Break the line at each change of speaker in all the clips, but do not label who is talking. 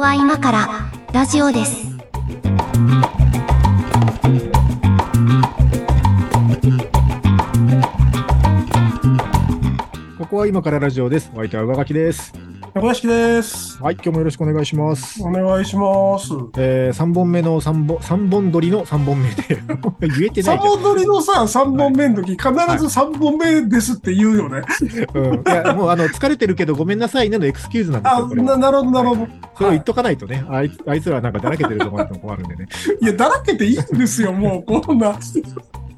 は今からラジオです。
ここは今からラジオです。お相手は上書きです。
横田式です。
はい、今日もよろしくお願いします。
お願いします。
えー、3本目の3本、三本撮りの3本目で、 言えてない
三
じゃん
本撮りのさ、三本目の時、必ず三本目ですって言うよね。。
うん、いや、もうあの、疲れてるけどごめんなさいねのエクスキューズなんです
あ、
よ、これは
ななるほど、なるほど。
それを言っとかないとね、あいつあいつらはなんかだらけてるところっても困るん でね。
いや、だらけていいんですよ、も う、こんな。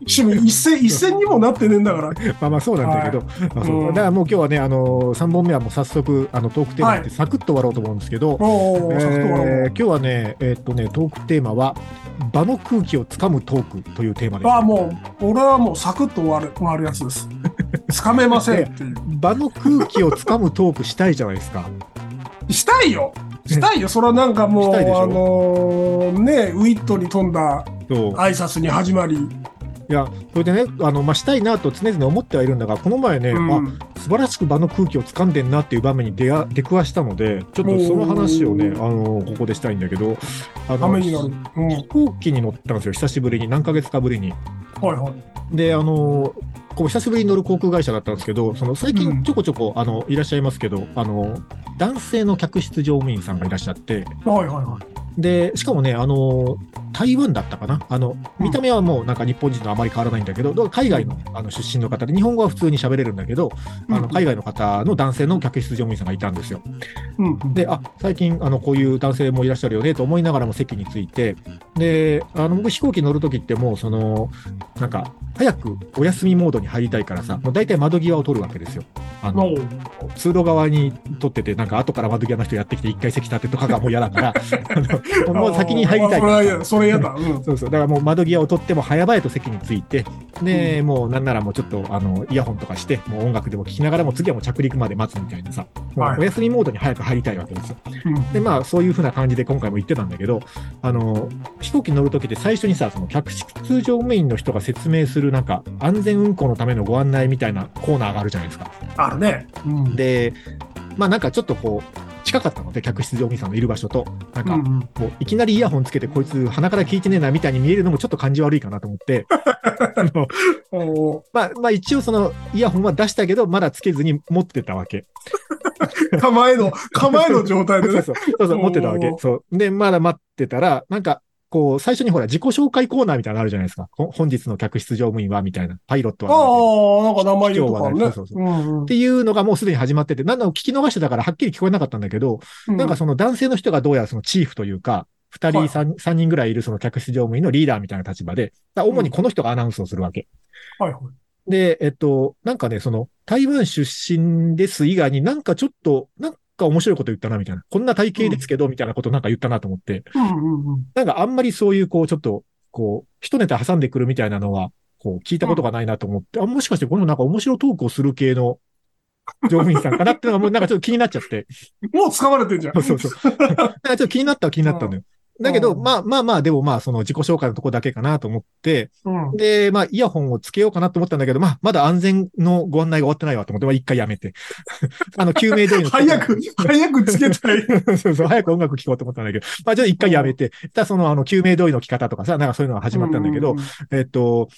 趣味一戦、一戦にもなってねえんだから。
まあまあそうなんだけど、まあそう
う
だ
ん
からもう今日はね、あの3本目はもう早速、あのトークテーマに行ってサクッと終わろうと思うんですけど、
お
え
ー、ソフトバロ
ー
ー
今日はね、えーっとね、トークテーマは、場の空気をつかむトークというテーマで
あ、もう、俺はもうサクッと終わる、終わるやつです。つかめませんっていう。
場の空気をつかむトークしたいじゃないですか。
したいよしたいよ、それはなんかも
し
う、
たいでしょ
あのーね、ウィットに富んだ
そう
挨拶に始まり、
いやそれでねあの、まあ、したいなと常々思ってはいるんだがこの前ね、
うん
あ素晴らしく場の空気を掴んでんなっていう場面に出会出くわしたのでちょっとその話をね
お
あのここでしたいんだけどあ
た
の
めになる。うん。は
飛行機に乗ったんですよ久しぶりに何ヶ月かぶりに。
いはい。
であのこう久しぶりに乗る航空会社だったんですけどその最
う
近
ん
ちょこちょこあのいらっしゃいますけどあの男性の客室乗務員さんがいらっしゃって。
はいはいはい。
でしかもね、あの台湾だったかなあの、
うん
見た目はもうなんか日本人とあまり変わらないんだけど、だから海外のあの出身の方で、日本語は普通に喋れるんだけど、あの海外の方の男性の客室乗務員さんがいたんですよ。
うんうん
で、あ最近あの、こういう男性もいらっしゃるよねと思いながらも席に着いて、であの僕、飛行機乗るときって、もうその、なんか、早くお休みモードに入りたいからさ、もう大体窓際を取るわけですよ。あの
おう
通路側に取ってて、なんか後から窓際の人やってきて、一回席立てとかがもう嫌だから、 あのもう先に入りたい
あそれは嫌それ嫌だ。うん。
そうそう、だからもう窓際を取っても早々と席に着いて、で、もうなんならもうちょっとあのイヤホンとかして、もう音楽でも聴きながらも次はもう着陸まで待つみたいなさ、もう
はい
お休みモードに早く入りたいわけですよ。
うん
で、まあそういうふうな感じで今回も言ってたんだけど、あの、飛行機乗るときって最初にさ、その客室乗務員の人が説明するなんか安全運航のためのご案内みたいなコーナーがあるじゃないですか。
あるね。うん
で、まあなんかちょっとこう、近かったので、客室乗務員さんのいる場所と、なん
うん
か、
うん
もういきなりイヤホンつけて、こいつ鼻から聞いてねえなみたいに見えるのもちょっと感じ悪いかなと思って、あの
おう
まあ、まあ一応そのイヤホンは出したけど、まだつけずに持ってたわけ。
構えの、構えの状態
そ
で
う
ね。
そうそうそう、持ってたわけ
お。ー
そう。で、まだ待ってたら、なんか、こう、最初にほら、自己紹介コーナーみたいなのあるじゃないですか。ほ本日の客室乗務員は、みたいな。パイロット
あ
は。
あ、なんか名前言うとかあるね。
そうそうそ
うんうん
っていうのがもうすでに始まってて、なんだろう聞き逃してたからはっきり聞こえなかったんだけど、
うん
なんかその男性の人がどうやらそのチーフというか、二人、三三人ぐらいいるその客室乗務員のリーダーみたいな立場で、だから主にこの人がアナウンスをするわけ。
はいはい
で、えっと、なんかね、その、台湾出身です以外になんかちょっと、なんか面白いこと言ったな、みたいな。こんな体型ですけど、みたいなことなんか言ったなと思って、
うんうんうん
なんかあんまりそういう、こう、ちょっと、こう、一ネタ挟んでくるみたいなのは、こう、聞いたことがないなと思って、あ、もしかしてこのなんか面白いトークをする系の、乗務員さんかなってのがもうなんかちょっと気になっちゃって。
もう掴まれてんじゃん。
そうそうそう。なんかちょっと気になったは気になったのよ。だけど、
うん
まあまあまあ、でもまあ、その自己紹介のとこだけかなと思って、
うん
で、まあ、イヤホンをつけようかなと思ったんだけど、まあ、まだ安全のご案内が終わってないわと思って、まあ、一回やめて。 あ の、救命胴衣の。
早く、早くつけたい。
そうそう、早く音楽聴こうと思ったんだけど、まあ、ちょっと一回やめて、ただその、あの、救命胴衣の着方とかさ、なんかそういうのが 始まったんだけど、
うう
えっと、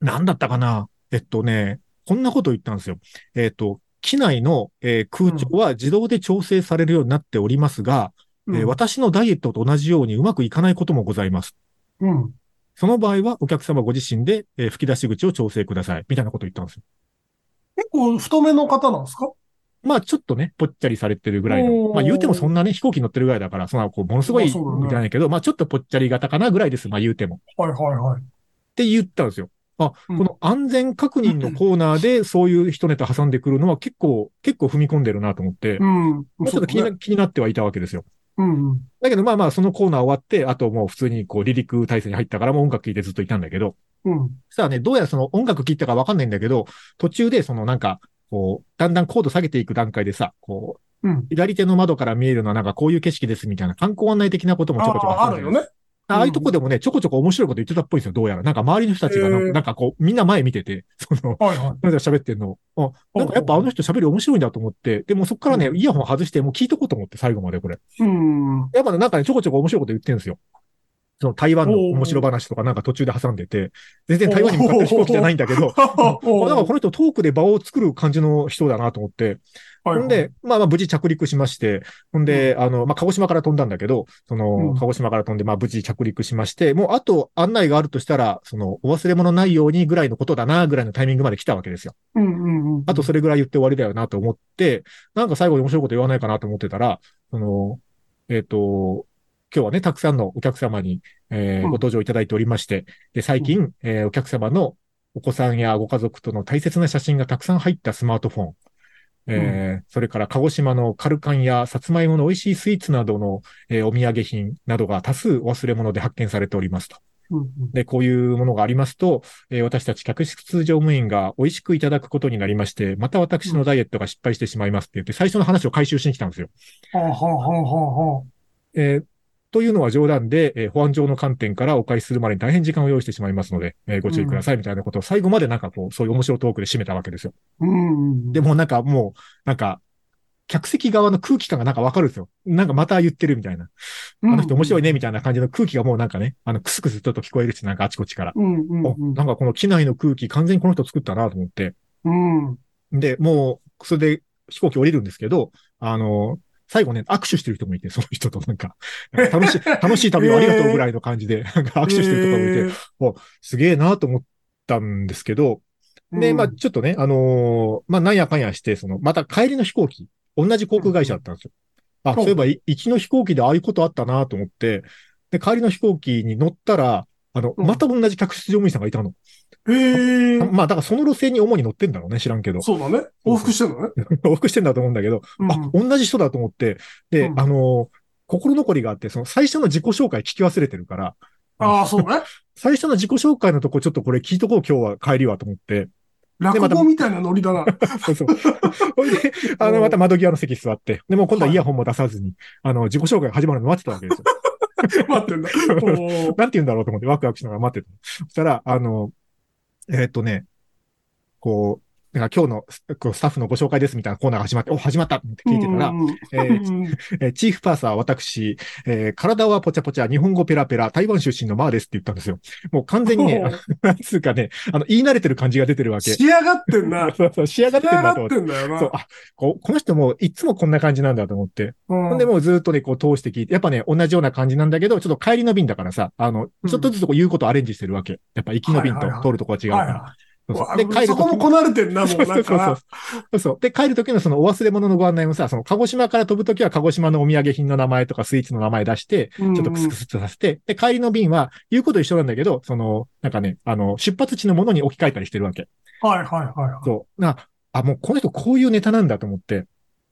なんだったかなえっとね、こんなこと言ったんですよ。えっと、機内の、えー空調は自動で調整されるようになっておりますが、
うん、
えー私のダイエットと同じようにうまくいかないこともございます。
うん。
その場合はお客様ご自身で、えー吹き出し口を調整ください。みたいなこと言ったんですよ。
結構太めの方なんですか
まあちょっとね、ぽっちゃりされてるぐらいの。
おー
まあ言うてもそんなね、飛行機乗ってるぐらいだから、そんなこう、ものすごい、
ま
み
あそうだね
たいなんだけど、まあちょっとぽっちゃり型かなぐらいです。まあ言うても。っ
はいはいはい。
て言ったんですよ。あ、
うん
この安全確認のコーナーでそういう一ネタ挟んでくるのは結構、結構踏み込んでるなと思って、
うん。
まあちょっと気にな,、気になってはいたわけですよ。
うんうん。
だけどまあまあそのコーナー終わって、あともう普通にこう離陸体制に入ったからもう音楽聴いてずっといたんだけど、
うん。
さあね、どうやらその音楽聴いたかわかんないんだけど、途中でそのなんか、こう、だんだん高度下げていく段階でさ、こう、
うん。
左手の窓から見えるのはなんかこういう景色ですみたいな観光案内的なこともちょこちょこ
ああ、あ
ん
る
だ
よね。
ああいうとこでもね、ちょこちょこ面白いこと言ってたっぽいんですよ、どうやら。なんか周りの人たちがな、
へー
なんかこう、みんな前見て て、その、
はいはい。
なんか喋ってんのを。あ、なんかやっぱあの人喋り面白いんだと思って、でもそっからね、イヤホン外して、もう聞いとこうと思って、最後までこれ。
うん。
やっぱねなんかね、ちょこちょこ面白いこと言ってるんですよ。その台湾の面白話とかなんか途中で挟んでて、全然台湾に向かってる飛行機じゃないんだけど、あなんかこの人トークで場を作る感じの人だなと思って、
はい
ほんで、まあまあ無事着陸しまして、ほんで、あの、まあ鹿児島から飛んだんだけど、その、
うん
鹿児島から飛んで、まあ無事着陸しまして、もうあと案内があるとしたら、その、お忘れ物ないようにぐらいのことだな、ぐらいのタイミングまで来たわけですよ。
うんうんうん。
あとそれぐらい言って終わりだよなと思って、なんか最後に面白いこと言わないかなと思ってたら、その、えっ、と、今日はね、たくさんのお客様に、えー
う
ご
ん
登場いただいておりまして、で、最近、えーお客様のお子さんやご家族との大切な写真がたくさん入ったスマートフォン、えーそれから鹿児島のカルカンやさつまいもの美味しいスイーツなどの、えーお土産品などが多数お忘れ物で発見されておりますと。
うんうん
で、こういうものがありますと、えー私たち客室乗務員が美味しくいただくことになりまして、また私のダイエットが失敗してしまいますって言って、最初の話を回収しに来たんですよ。
はあはあはあは
えーというのは冗談で、えー保安上の観点からお返しするまでに大変時間を用意してしまいますので、えーご注意くださいみたいなことを最後までなんかこう、そういう面白トークで締めたわけですよ。
あ。うん。
でもうなんかもう、なんか、客席側の空気感がなんかわかるんですよ。なんかまた言ってるみたいな。あの人面白い
い。
ねみたいな感じの空気がもうなんかね、あの、クスクスちょっと聞こえるし、なんかあちこちから。
うんうん
お
うん
なんかこの機内の空気、完全にこの人作ったなと思って。
うん。
で、もう、それで飛行機降りるんですけど、あの、最後ね、握手してる人もいて、その人となんか、楽 しい、楽しい旅をありがとうぐらいの感じで、なんか握手してる人もいて、
えー
すげえなと思ったんですけど、で、まあ、ちょっとね、あのーまあ、なんやかんやして、その、また帰りの飛行機、同じ航空会社だったんですよ。あ、そ
ほ
うういえば、い行きの飛行機でああいうことあったなと思って、で、帰りの飛行機に乗ったら、あの、
うん
また同じ客室乗務員さんがいたの。
うんへえ。
まあ、だからその路線に主に乗ってんだろうね、知らんけど。
そうだね。往復してんのね。
往復してんだと思うんだけど、
うん
あ、同じ人だと思って、で、
うん
あのー心残りがあって、その最初の自己紹介聞き忘れてるから、
ああ、そうね。
最初の自己紹介のとこちょっとこれ聞いとこう今日は帰りはと思って、
落語みたいなノリだな。
そう そう。ほいで、あの、また窓際の席座って、で、もう今度はイヤホンも出さずに、あの、自己紹介が始まるの待ってたわけですよ。
待ってんだ。おー
なんて言うんだろうと思ってワクワクしながら待ってた。そしたら、あの、えーっとね、こう、なんか今日のスこうスタッフのご紹介ですみたいなコーナーが始まって、お、始まったって聞いてたら
う、ん
えー
うん
えーチーフパーサーは私、えー体はぽちゃぽちゃ、日本語ペラペラ、台湾出身のマーですって言ったんですよ。もう完全にね、あのなんつうかね、あの、言い慣れてる感じが出てるわけ。
仕上がってんな。
そうそう、仕上がっ
仕
て
上
るな
が
と思
っ
って。
てんだよな
そう、あ、ここの人もいつもこんな感じなんだと思って。
うん
ほんでもうずっとね、こう通して聞いて、やっぱね、同じような感じなんだけど、ちょっと帰りの便だからさ、あの、ちょっとずつこう言うことをアレンジしてるわけ。やっぱ行きの便
はいはい
と
はい
通るとこは違うか
はい
ら。
は
そうそう
い
で、帰る
そこも
時
こなれてんな、もう
そうそうそ
なん
う そう
か。
そうそう。で、帰る時のそのお忘れ物のご案内もさ、その鹿児島から飛ぶ時は鹿児島のお土産品の名前とかスイーツの名前出して、
ちょ
ちょっとクスクスとさせて、で、帰りの便は言うこと一緒なんだけど、その、なんかね、あの、出発地のものに置き換えたりしてるわけ。
はいはいはい。
そう。な、あ、もうこの人こういうネタなんだと思って。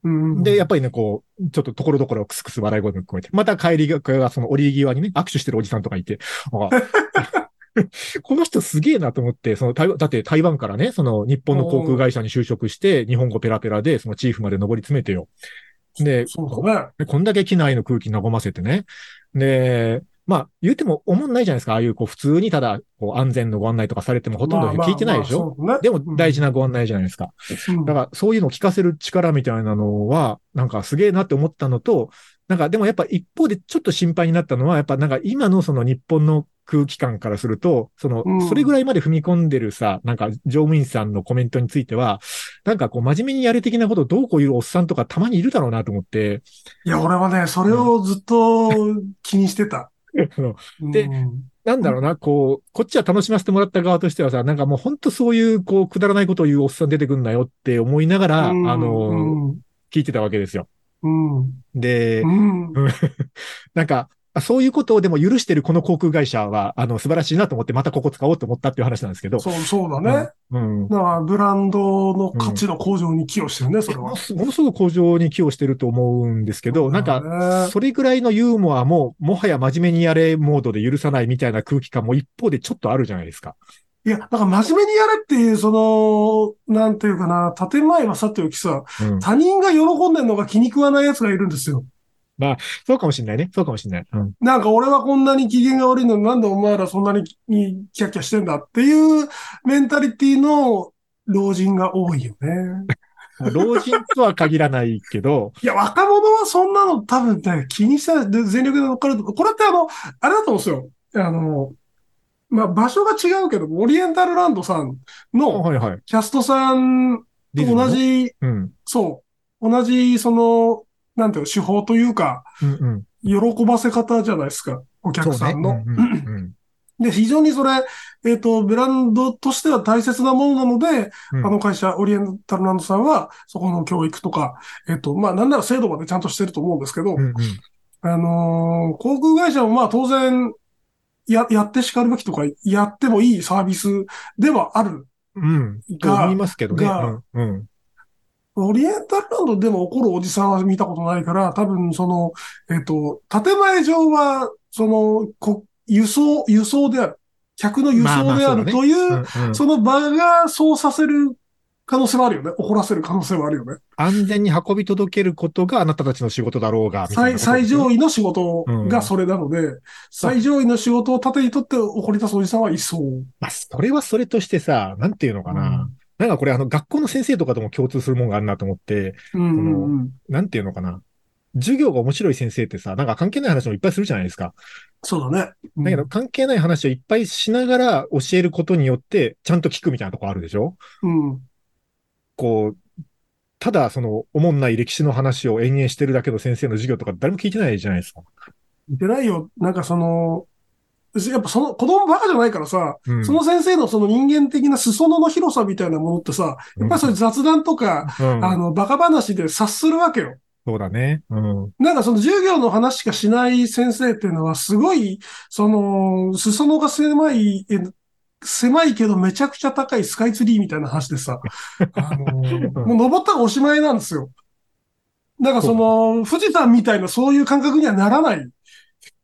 うん
で、やっぱりね、こう、ちょっとところどころクスクス笑い声が聞こえて、また帰りが、その折り際にね、握手してるおじさんとかいて、あ この人すげえなと思って、その台湾、だって台湾からね、その日本の航空会社に就職して、日本語ペラペラで、そのチーフまで上り詰めてよ。で、
そうだね。
でこんだけ機内の空気和ませてね。で、まあ、言っても思んないじゃないですか。ああいう、こう、普通にただ、こう、安全のご案内とかされてもほとんど聞いてないでしょ。
まあまあ
でも、大事なご案内じゃないですか。
そうね
だから、そういうのを聞かせる力みたいなのは、なんかすげえなって思ったのと、なんかでもやっぱ一方でちょっと心配になったのは、やっぱなんか今のその日本の空気感からすると、その
うん、
それぐらいまで踏み込んでるさ、なんか乗務員さんのコメントについては、なんかこう真面目にやる的なことどうこういうおっさんとかたまにいるだろうなと思って、
いや、俺はね、それをずっと気にしてた。
あの
う
で
ん
なんだろうな、こう、こっちは楽しませてもらった側としてはさ、なんかもうほんとそういう、こう、くだらないことを言うおっさん出てくんなよって思いながら、あの、、聞いてたわけですよ。
うん、うん
で、
うん。
なん か、あそういうことをでも許してるこの航空会社は、あの、素晴らしいなと思って、またここ使おうと思ったっていう話なんですけど。
そう、そうだね。だか
うん。うん
ら、ブランドの価値の向上に寄与してるね、それ
も
は
の。すものすごく向上に寄与してると思うんですけど、
そ
な
うんだね
か、それぐらいのユーモアも、もはや真面目にやれモードで許さないみたいな空気感も一方でちょっとあるじゃないですか。
いや、だから真面目にやれっていう、その、なんていうかな、建前はさておきさ、
うん。
他人が喜んでるのが気に食わない奴がいるんですよ。
まあ、そうかもしんないね。そうかもしんない。うん。
なんか俺はこんなに機嫌が悪いのになんでお前らそんなにキャッキャしてんだっていうメンタリティの老人が多いよ ね。
まあ老人とは限らないけ ど、
いや、若者はそんなの多分ね、気にしないで全力で乗っかると。これってあの、あれだと思うんですよ。あの、まあ、場所が違うけど、オリエンタルランドさん
あ
の
はいはい。
キャストさん
ディ
と
ズニーの
同。じ、
うん。
そう、同じ、その、なんていうの、手法というか、
うんうん。
喜ばせ方じゃないですか、お客さんの。
そうねうんうん
で、非常にそれ、えっ、と、ブランドとしては大切なものなので、
うん
あの会社、オリエンタルランドさんは、そこの教育とか、えっ、と、まあ、なんなら制度までちゃんとしてると思うんですけど、
うんうん
あのー航空会社もまあ当然、や、やってしかるべきとか、やってもいいサービスではある。
うん。うん。と思いますけどね。
が
うん。うん
オリエンタルランドでも怒るおじさんは見たことないから、多分その、えっと、建前上は、その、こ、輸送、輸送である。客の輸
まあま
送
あ
である
そ
というう、
んうん
その場がそうさせる可能性はあるよね。怒らせる可能性はあるよね。
安全に運び届けることがあなたたちの仕事だろうが。みたいなこ
最、
と
最上位の仕事がそれなので、最上位の仕事を盾にとって怒り出すおじさんはいそう。
まあ、それはそれとしてさ、なんていうのかな。なんかこれ、あの、学校の先生とかとも共通するもんがあるなと思って、
うんうんうん。
なんていうのかな。授業が面白い先生ってさ、なんか関係ない話もいっぱいするじゃないですか。
そうだね。
だけど、関係ない話をいっぱいしながら教えることによって、ちゃんと聞くみたいなとこあるでしょ
うん。うん。
こう、ただ、その、おもんない歴史の話を延々してるだけの先生の授業とか誰も聞いてないじゃないですか。
でないよ。なんかその、やっぱその子供バカじゃないからさ、
うん
その先生のその人間的な裾野の広さみたいなものってさ、やっぱりそういう雑談とか、
うん
あの、バカ話で察するわけよ。
そうだね。うん。
なんかその授業の話しかしない先生っていうのはすごい、その、裾野が狭い、え狭いけどめちゃくちゃ高いスカイツリーみたいな話でさ、あの、 もう登ったらおしまいなんですよ。なんかその、富士山みたいなそういう感覚にはならない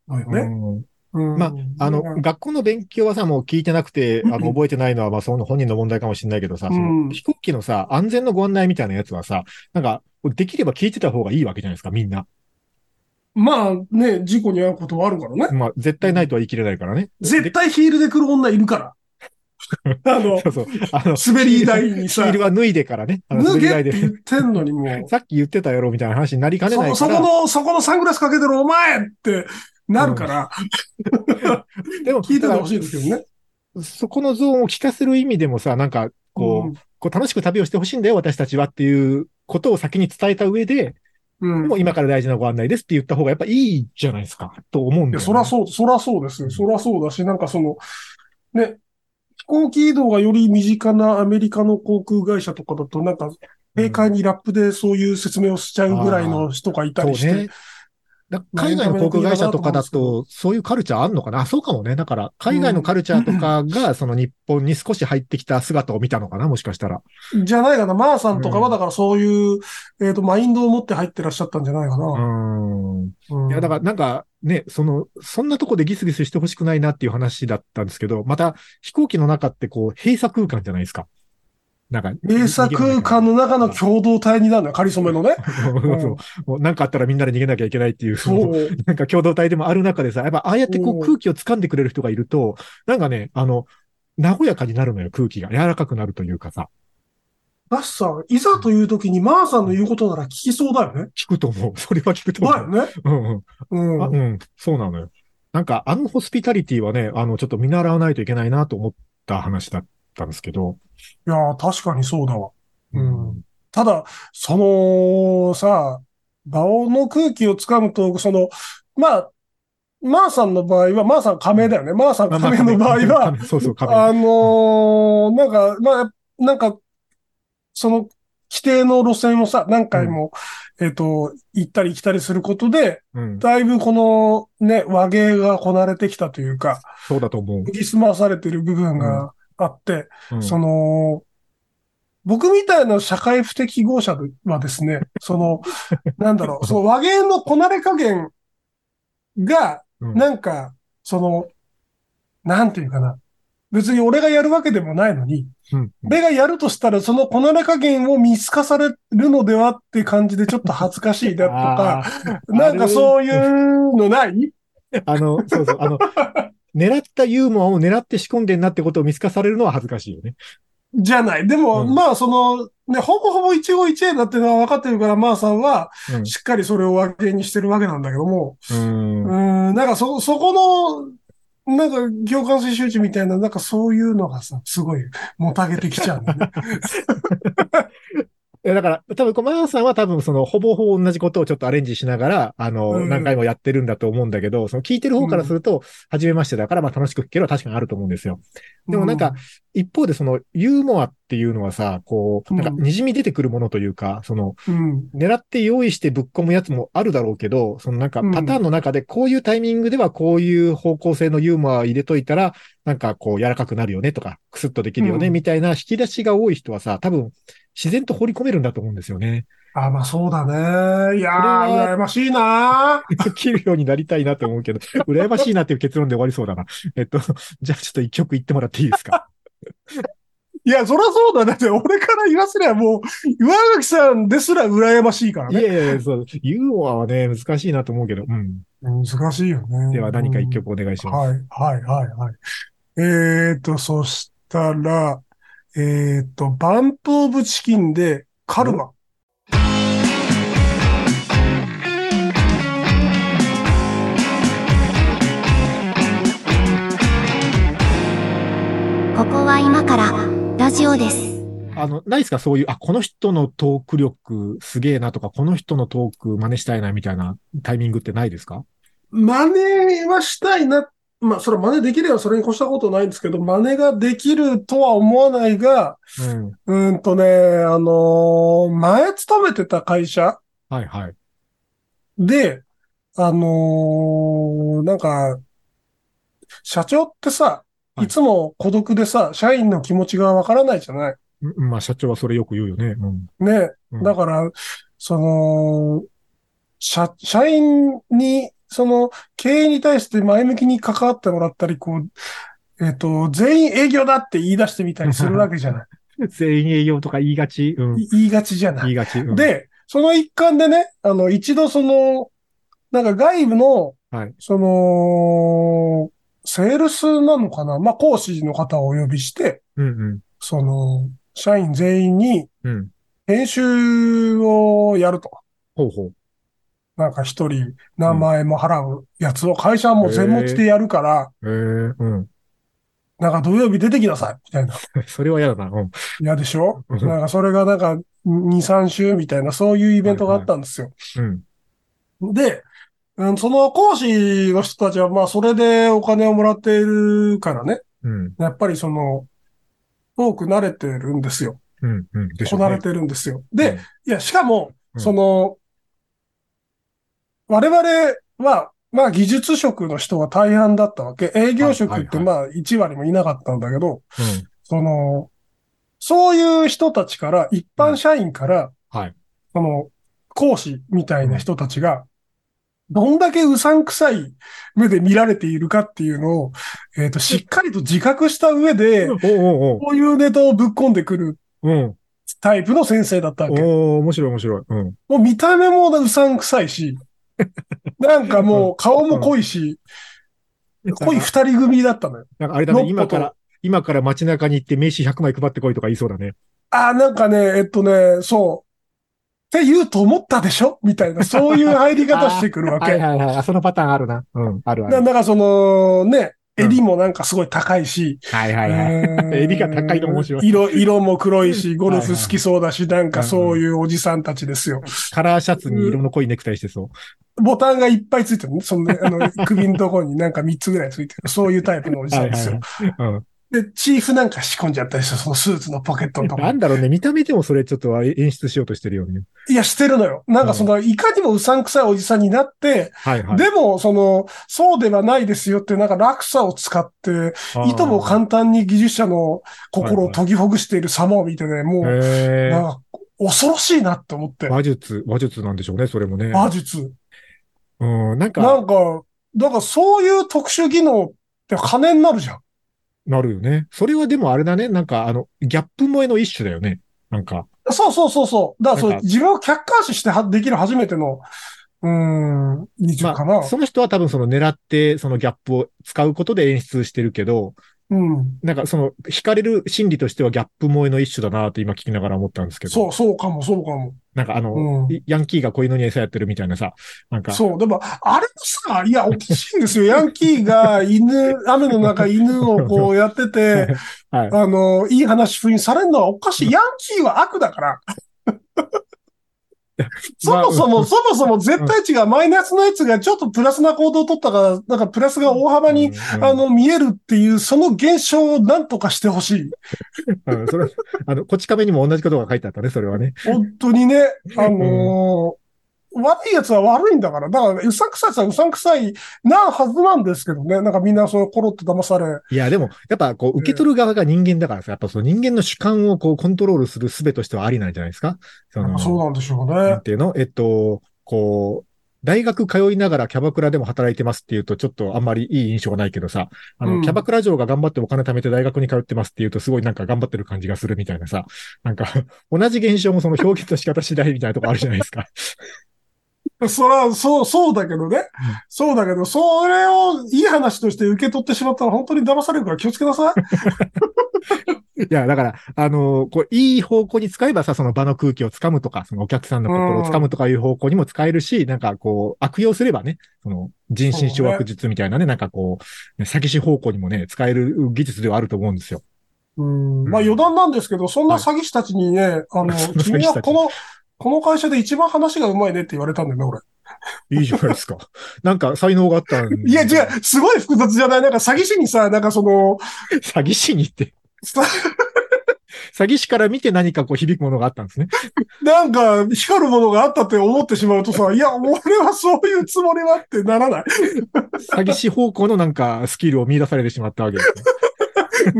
のよね。
うん
うん
まあの、学校の勉強はさ、もう聞いてなく て、あ
うん
の、覚えてないのは、まあ、その本人の問題かもしれないけどさ、
うん
その飛行機のさ、安全のご案内みたいなやつはさ、なんか、できれば聞いてた方がいいわけじゃないですか、みんな。
まあね、事故に遭うことはあるからね。
まあ、絶対ないとは言い切れないからね。
絶対ヒールで来る女いる から。あの
そ、うそう。あ の、
滑り台に
ヒ
さ
ー、ルは脱いでからね、あの、滑
脱
り
げっ
台
て
で。
言ってんのにもう。
さっき言ってたやろ、みたいな話になりかねないか
そそこ
ら。
の、そこのサングラスかけてるお前ってなるから、
でも、
聞いててほしいですけどね。
そこのゾーンを聞かせる意味でもさ、なんか、こう、
うん
こう楽しく旅をしてほしいんだよ、私たちはっていうことを先に伝えた上で、
うん。
も
いう
今から大事なご案内ですって言った方がやっぱいいじゃないですか、と思うんだ
や、
よ、ね。
そらそう、そらそうですよ。そらそうだし、なんかその、ね、飛行機移動がより身近なアメリカの航空会社とかだと、なんか、
うん
閉会にラップでそういう説明をしちゃうぐらいの人がいたりして、
そうね。だ海外の航空会社とかだと、そういうカルチャーあんのかなあそうかもね。だから、海外のカルチャーとかが、その日本に少し入ってきた姿を見たのかなもしかしたら。
じゃないかな。マーさんとか
う
は、
ん
だからそういう、えっ、と、マインドを持って入ってらっしゃったんじゃないか
う
な。
ん。
うん
いや、だからなんかね、その、そんなとこでギスギスしてほしくないなっていう話だったんですけど、また飛行機の中ってこう、閉鎖空間じゃないですか。なんか。
閉鎖空間の中の共同体になるのよ。仮初め のね。
そうそうそう もうなんかあったらみんなで逃げなきゃいけないっていう、その
そう。
なんか共同体でもある中でさ、やっぱああやってこ
うん
う空気を掴んでくれる人がいると、なんかね、あの、和やかになるのよ、空気が。柔らかくなるというかさ、
ラッさん、いざという時にマーさんの言うことなら聞きそうだよね。
聞くと思う。そ れは聞くと
だよ
思う。
ね。
うん
う
うん。あ
ん。
うん、そうなのよ。なんか、あのホスピタリティはね、あの、ちょっと見習わないといけないなと思った話だったんですけど。
いやー、確かにそうだわ。うん
うん。
ただ、その、さ、場の空気をつかむと、その、まあ、マーさんの場合は、マーさん仮名だよね。マーさん
まあまあ
仮名の場合は、
亀そうそう、
あのーなんか、まあ、なんか、その、規定の路線をさ、何回も、えっと、行ったり来たりすることで、
亀うん。
だいぶこの、ね、和芸がこなれてきたというか、
そうだと思う。
研ぎ澄まされてる部分があって、
うん
その、僕みたいな社会不適合者はですね、その、なんだろう、その和芸のこなれ加減が、
うん
なんか、その、なんていうかな。別に俺がやるわけでもないのに、
うん
俺がやるとしたらそのこなれ加減を見透かされるのではって感じでちょっと恥ずかしいだとか、なんかそういうのない
あの、そうそう、あの、 狙ったユーモアを狙って仕込んでんなってことを見透かされるのは恥ずかしいよね。
じゃない。でも、
うん
まあその、ね、ほぼほぼ一期一会だっていうのは分かってるから、まあさんは
う、ん
しっかりそれを分けにしてるわけなんだけども、
うん。
うん、なんかそ、そこの、なんか、共感性周知みたいな、なんかそういうのがさ、すごい、もたげてきちゃうんだよね。
えだから、多分こう、マーさんは多分その、ほぼほぼ同じことをちょっとアレンジしながら、あの、
うん
何回もやってるんだと思うんだけど、その聞いてる方からすると、初めましてだから、まあ楽しく聞けるは確かにあると思うんですよ。 でもなんか、一方でその、ユーモアっていうのはさ、こう、なんか
うん
滲み出てくるものというか、その、
うん、
狙って用意してぶっ込むやつもあるだろうけど、そのなんか
うん
パターンの中でこういうタイミングではこういう方向性のユーモアを入れといたら、なんかこう柔らかくなるよねとか、クスッとできるよね
うん
みたいな引き出しが多い人はさ、多分自然と放り込めるんだと思うんですよね。
あ、まあそうだね。いや
それは
ー、羨ましいな
切るようになりたいなと思うけど、羨ましいなっていう結論で終わりそうだな。えっと、じゃあちょっと一曲言ってもらっていいですか
いや、そりゃそうだ。だって、俺から言わせりゃもう、岩垣さんですら羨ましいから
いやい
ね。
やいや、そう、ユーモアはね、難しいなと思うけど、うん。
難しいよね。
では何か一曲お願いします。
はい、はい、はい、はい。えーと、そしたら、えーと、バンプオブチキンで、カルマ。
ここは今からラジオです。
あの、ないですかそういう、あ、この人のトーク力すげえなとか、この人のトーク真似したいなみたいなタイミングってないですか
真似はしたいな。まあ、それは真似できればそれに越したことないんですけど、真似ができるとは思わないが、
うん。
うーんとね、あのー前勤めてた会社
はいはい。
で、あのーなんか、社長ってさ、
はい
いつも孤独でさ、社員の気持ちがわからないじゃない。
うんまあ、社長はそれよく言うよね。うん。
ね。
うん
だから、その、社、社員に、その、経営に対して前向きに関わってもらったり、こう、えっと、全員営業だって言い出してみたりするわけじゃない。
全員営業とか言いがちうん。
い言いがちじゃな
言
い。
いがち。うん、
で、その一環でね、あの、一度その、なんか外部の、
はい
その、セールスなのかなまあ、講師の方をお呼びして、
うん
その、社員全員に
うん。うん。
編集をやると。
ほうほう。
なんか一人名前も払うやつを会社はもう全持ちでやるから、
ええうん。
なんか土曜日出てきなさいみたいな。
それは嫌だな。うん。
嫌でしょ
うん
なんかそれがなんか2、3週みたいなそういうイベントがあったんですよ。
うん。
で、うんその講師の人たちはまあそれでお金をもらっているからね。
うん。
やっぱりその、多く慣れてるんですよ。
うん。うん。でしょ
こ
うね
なれてるんですよ。で、、いや、しかも、
うん
その、我々は、まあ技術職の人が大半だったわけ。営業職って
はい
まあ1割もいなかったんだけ
う
ど、
ん。
その、そういう人たちから、一般社員から、
うんはい
その、講師みたいな人たちが、どんだけうさんくさい目で見られているかっていうのを、えっ、と、しっかりと自覚した上で
う、ん。おうおう
こういうネタをぶっ込んでくる
おう。うん。
タイプの先生だったわけ。
おお面白い面白い。うん。
もう見た目もうさんくさ いし、なんかもう顔も濃いし、濃い二人組だったのよ。
なんかあれだね、
のっ
今
ぽと
から、今から街中に行って名刺100枚配ってこいとか言いそうだね。
ああ、なんかね、えっとね、そう。って言うと思ったでしょみたいな、そういう入り方してくるわけ。
はいはい。あそのパターンあるな。うん、ある
ななんかその、ね、襟もなんかすごい高いし。
はいはいはい。
い
襟が高いの面白い
色、色も黒いし、ゴル
はい
フ
はい
好きそうだし、なんかそういうおじさんたちですよ。
カラーシャツに色の濃いネクタイしてそう。
ボタンがいっぱいついてるね。そのね、あの、首のところになんか3つぐらいついてる。そういうタイプのおじさんですよ。
うん。
で、チーフなんか仕込んじゃったりして、そのスーツのポケットのとこ
なんだろうね、見た目でもそれちょっとは演出しようとしてるよね。
いや、してるのよ。なんかその、いかにもうさんくさいおじさんになって、
はいはい。
でも、その、そうではないですよっていう、なんか落差を使って、いとも簡単に技術者の心を研ぎほぐしている様を見てね、もう、
へ
なん
ー
か、恐ろしいなって思って。
話術、話術なんでしょうね、それもね。
馬術。
うん、なん
な
か、
んか、だからそういう特殊技能って金になるじゃん。
なるよね。それはでもあれだね。なんか、あの、ギャップ萌えの一種だよね。なんか、
そうそうそうそう。だからそう
なん、か
自分を客観視してはできる初めての、うーん、二重
ま
かな
あ、。その人は多分その狙って、そのギャップを使うことで演出してるけど、
うん。
なんかその、惹かれる心理としてはギャップ萌えの一種だなって今聞きながら思ったんですけど。
そう、そうかも、そうかも。
なんかあの、
うん
いヤンキーが子犬に餌やってるみたいなさ、なんか、
そう。でも、あれもさ、いや、大きいんですよ。ヤンキーが犬、 雨の中犬をこうやって て、
はい。
あの、いい話風にされるのはおかしい。ヤンキーは悪だ から。そもそ
まあ
も、そもそも絶対値がマイナスのやつがちょっとプラスな行動を取ったから、なんかプラスが大幅に、、
うん
あ、の、見えるっていう、その現象をなんとかしてほしい。
うんそれ、あの、こち亀にも同じことが書いてあったね、それはね。
本当にね、あのー悪い奴は悪いんだから、だから、うさんくさい奴はうさんくさいなはずなんですけどね、なんかみんなそうコロッと騙され、
いや、でも、やっぱこう、受け取る側が人間だからさ、やっぱその人間の主観をこう、コントロールする術としてはありなんじゃないですかその、
そうなんでしょう
な
ね
ん。ていうのえっと、こう、大学通いながらキャバクラでも働いてますっていうと、ちょっとあんまりいい印象がないけどさ、あの、
うん
キャバクラ嬢が頑張ってお金貯めて大学に通ってますっていうと、すごいなんか頑張ってる感じがするみたいなさ、なんか、 同じ現象もその表現の仕方次第みたいなとこあるじゃないですか。
そら、そう、そうだけどね。そうだけど、それをいい話として受け取ってしまったら本当に騙されるから気をつけなさい。
いや、だから、あのこう、いい方向に使えばさ、その場の空気をつかむとか、そのお客さんの心をつかむとかいう方向にも使えるし、なんかこう、悪用すればね、その、人心掌握術みたいなね、なんかこう、ね詐欺師方向にもね、使える技術ではあると思うんですよ。
うんまあ余談なんですけど、そんな詐欺師たちにね、
そ
あ の
んな、詐欺
君
師た
は
ち
この、この会社で一番話がうまいねって言われたんだよね、俺。
いいじゃないですか。 なんか才能があったんで
いや、違う、すごい複雑じゃないなんか詐欺師にさ、なんかその、
詐欺師に行って、
さ
詐欺師から見て何かこう響くものがあったんですね。
なんか光るものがあったって思ってしまう とさ、いや、俺はそういうつもりはってならない。
詐欺師方向のなんかスキルを見出されてしまったわけです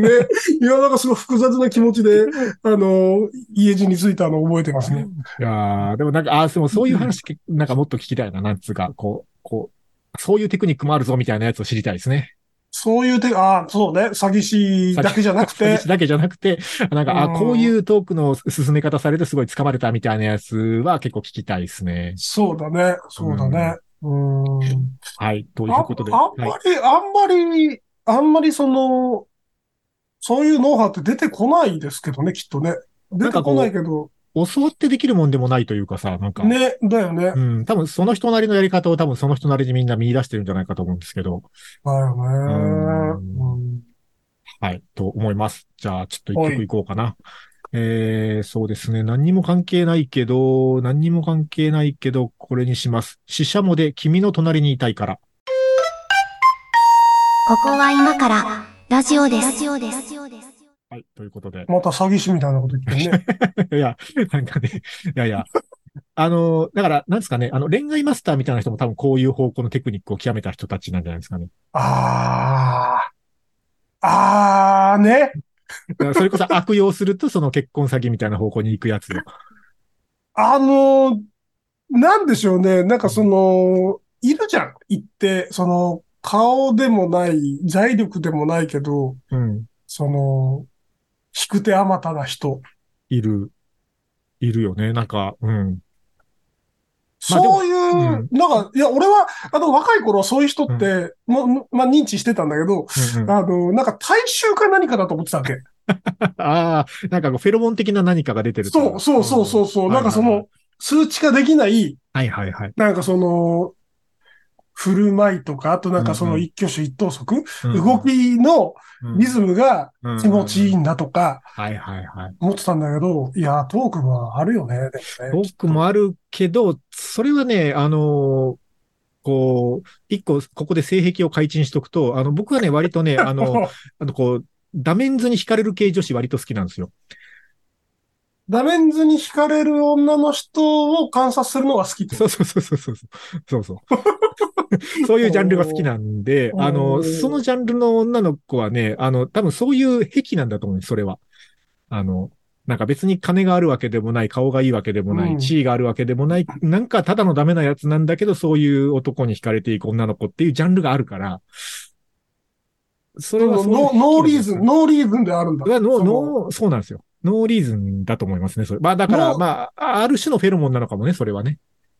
ね。
ね。いや、なんかすごい複雑な気持ちで、あの、家路についたのを覚えてますね。
いやーでもなんか、ああ、でもそういう話、けなんかもっと聞きたいな、なんつうか、こう、こう、そういうテクニックもあるぞみたいなやつを知りたいですね。
そういう手が、あそうね、詐欺師だけじゃなく
詐
て
欺、師だけじゃなくて、なんか、あ
うん
こういうトークの進め方されてすごい掴まれたみたいなやつは結構聞きたいですね。
そうだね、そうだね。うん。
はい、という
あ
ことで。
あん
はい
まり、あんまり、あんまりその、そういうノウハウって出てこないですけどね、きっとね。出てこないけど、
教わってできるもんでもないというかさ、なんか、
ね、だよね。
うん、多分その人なりのやり方を多分その人なりにみんな見出してるんじゃないかと思うんですけど、
だよね。
う
うん
はい、と思います。じゃあ、ちょっと一曲いこうかな。えー、そうですね。何にも関係ないけど、何にも関係ないけど、これにします。死者もで君の隣にいたいから。
ここは今からラジオです。ラジオです。
はい、ということで。
また詐欺師みたいなこと言ってね。
いや、なんかね、いやいや。あの、だから、なんですかね、あの、恋愛マスターみたいな人も多分こういう方向のテクニックを極めた人たちなんじゃないですかね。
ああ。ああ、ね。
だからそれこそ悪用すると、その結婚詐欺みたいな方向に行くやつを。
あのーなんでしょうね。なんかその、いるじゃん。言って、その、顔でもない、財力でもないけど、
うん。
その、引く手あまたな人。
いる、いるよね。なんか、うん。まあでも
そういう、なんか、いや、俺は、あの、若い頃はそういう人って、もうもまあ、認知してたんだけど、
うんうん、あ
あの、なんか、大衆か何かだと思ってたわけ。
あー、なんかこう、フェロモン的な何かが出てるってい
そう、そうそうそうそう。なんかその、、数値化できない、
はいはいはい。
なんかその、振る舞いとか、あとなんかそ
うん
の
うん
一挙手一投足、動きのリズムが
ム
気持ちいい
い。
んだとか
はいはいはい。
思ってたんだけど、いや、トークはあるよね、でもね。
僕もあるけど、それはね、あのーこう、一個、ここで性癖を改陳しとくと、あの、僕はね、割とね、あの、 あの、こう、ダメンズに惹かれる系女子割と好きなんですよ。
ダメンズに惹かれる女の人を観察するのが好きっ て
そうそうそうそうそう。そうそう。 そういうジャンルが好きなん で、
おー
あ
お
の、
ー
そのジャンルの女の子はね、あの、多分そういう癖なんだと思うんです、それは。あの、なんか別に金があるわけでもない、顔がいいわけでもな
う
い、
ん
地位があるわけでもない、なんかただのダメなやつなんだけど、そういう男に惹かれていく女の子っていうジャンルがあるから、それはそういう
ノーノーリーズン、ノーリーズンであるんだ。
うわノー
その
ノーそうなんですよ。ノーリーズンだと思いますね、それ。まあだから、
ノー
まあ、ある種のフェロモンなのかもね、それはね。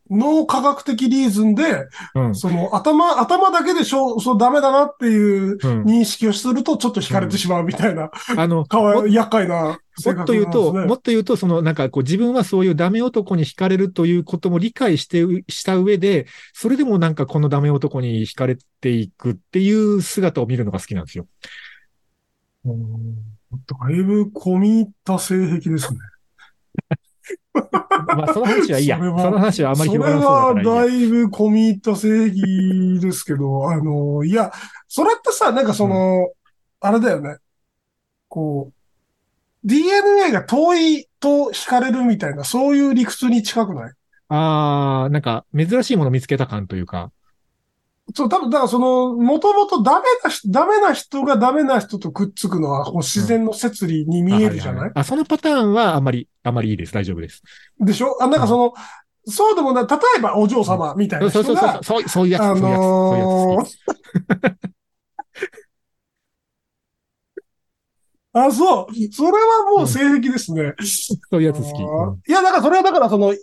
脳科学的リーズンで、
うん。
その頭、頭だけでしょ、そうダメだなってい
う
う
ん、
認識をするとちょっと惹かれてしまうみたいな、
あの、
かわい、厄介な性
もっ
格
と言うと、
なん
もっと言うと、そのなんかこう自分はそういうダメ男に惹かれるということも理解してう、した上で、それでもなんかこのダメ男に惹かれていくっていう姿を見るのが好きなんですよ。
とだいぶ込み入った性癖ですね。
まあその話はいいや。
そ
そ
れは
の話はあまり
それ
広がらなそ
は
うだから
だ
いいや。
いぶ込み入った正義ですけど、あの、いや、それってさ、なんかその、あれだよね。こう、DNA が遠いと惹かれるみたいな、そういう理屈に近くない
ああー、なんか珍しいもの見つけた感というか。
そう、多分、だからその、もともとダメな人、ダメな人がダメな人とくっつくのは、こう自然の摂理に見えるじゃ
あ,は
ない
はい、あ、そのパターンはあんまり、あんまりいいです。大丈夫です。
でしょあ、なんかその、そうでもない、例えばお嬢様みたい
そ
な
うそ
人
うそうそ
が
う、、そうそういうやつ、
あのー
そういうやつ、そういうやつ好き。
あ、そう、それはもう性癖ですね。
そういうやつ好き。
あ
う
ー
ん
いや、だからそれはだからその、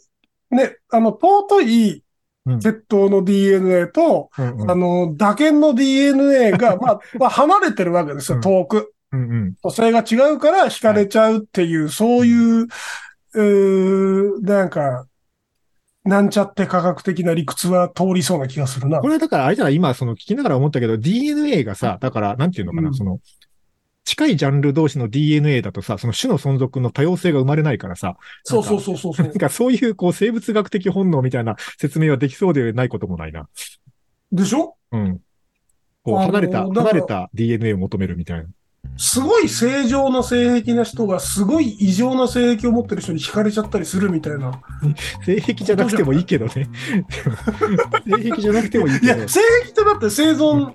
ね、あの、尊い
うん
血統の DNA と、
うんうん
あの、打鍵の DNA が、 まあ、まあ、離れてるわけです
う
よ、
ん
遠く。
うんうん
それが違うから惹かれちゃうっていう、そういう、うーなんか、なんちゃって科学的な理屈は通りそうな気がするな
こ。れはだから、あれじゃない、今、その聞きながら思ったけど、DNA がさ、だから、なんていうのかな、
うん
その、近いジャンル同士の DNA だとさ、その種の存続の多様性が生まれないからさ、
そうそうそうそうそ
な。
うん
かそういう、こう、生物学的本能みたいな説明はできそうでないこともないな。
でしょ
うん。こう、
あの
離れた、
だから
離れた DNA を求めるみたいな。
すごい正常な性癖な人が、すごい異常な性癖を持ってる人に惹かれちゃったりするみたいな。
性癖じゃなくてもいいけどね。 性癖じゃなくてもいい
い
けど。
や、性癖ってだって生存、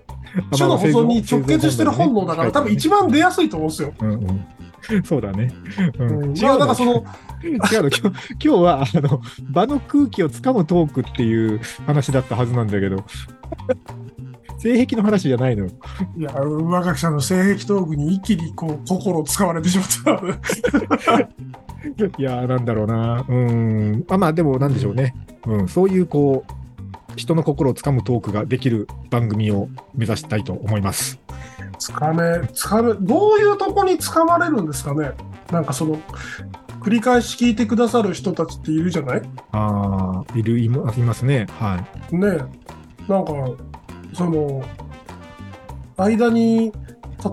種の保存に直結してる本能だから、多分一番出やすいと思うんですよ。
うんうん、そうだね。うん
うん
違う
まあ
の
だからその
違うの今日今日はあの場の空気をつかむトークっていう話だったはずなんだけど、性癖の話じゃないのよ。
いや、若木さんの性癖トークに一気にこう、心を使われてしまった。
いやー、なんだろうな。うん。あまあ、でも、なんでしょうね。うん。そういう、こう、人の心をつかむトークができる番組を目指したいと思います。
つかめ、つかめ、どういうとこにつかまれるんですかねなんかその、繰り返し聞いてくださる人たちっているじゃないね
ああ、いる、いまいますね。はい。
え。なんか、その、間に、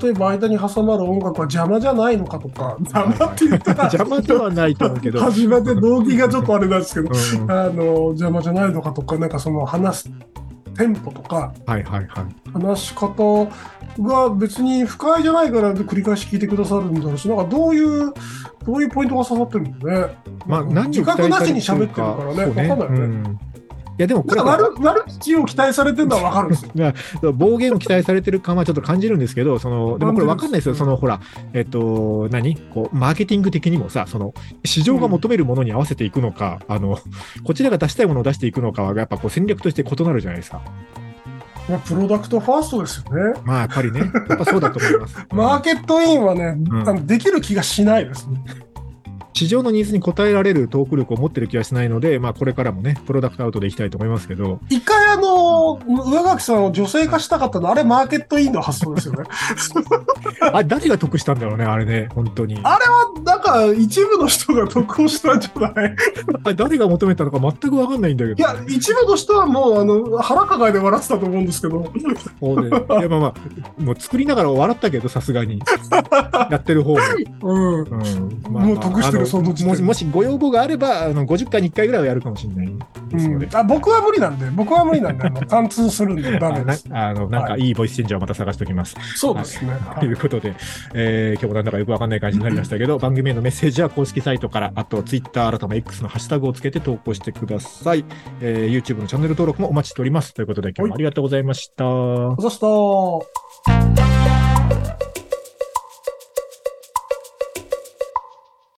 例えば間に挟まる音楽は邪魔じゃないのかとか、 邪魔って言ったら、
邪魔ではないと思うけど。
初めて動機がちょっとあれなんですけど、
うんうん、は
あの、邪魔じゃないのかとか、なんかその話すテンポとか、
いはいはい。
話し方が別に不快じゃないから繰り返し聞いてくださるんだろうし、なんかどういう、どういうポイントが刺さってるんだろうね。
まあ、
うん
何を
自
期待
覚
さ
な
れ
してに
る
喋ってる
か
から
そう
ね、わかんないよね。
うんいやでもこ
だ
れ
から悪悪口を期待されてるのはわかるん ですよ。
暴言を期待されてる感はちょっと感じるんですけど、そのでもこれ分かんないですよ、
感じるんです
そのほら、えっと、何こうマーケティング的にもさ、その市場が求めるものに合わせていくのか、あのこちらが出したいものを出していくのかは、やっぱこう戦略として異なるじゃないですか。
まあ、プロダクトファーストですよね。
まあ、やっぱりね、やっぱそうだと思います。
マーケットインはね、
ん
あのできる気がしないですね。
市場のニーズに応えられるトーク力を持ってる気がしないので、まあ、これからもね、プロダクトアウトでいきたいと思いますけど、
一回あの、上垣さんを女性化したかったの、あれマーケットインの発想ですよね。
あ誰が得したんだろうね、あれね、本当に。
あれは、なんか一部の人が得をしたんじゃない
あ誰が求めたのか全く分かんないんだけど。
いや、一部としてはもう、あの、腹抱えて笑ってたと思うんですけど、
そうね。いや、まあまあ、もう作りながら笑ったけど、さすが に。やってる方も。
う
う
ん。
ん
もう得してる
あの
その時点
もし、もしご要望があれば、あの50回に1回ぐらいはやるかもしれないですので。
あ僕は無理なんで、僕は無理なんで、あの貫通するんで、ダメ
あ
で
な
す。
あのなんかいいボイスチェンジャーをまた探しておきます。
そうですね。は
とい
いう
ことで、えー今日もなんだかよくわかんない感じになりましたけど、番組へのメッセージは公式サイトから、あと Twitter 改め X のハッシュタグをつけて投稿してください。えー YouTube のチャンネル登録もお待ちしております。ということで、今日もありがとうございました。
そしたら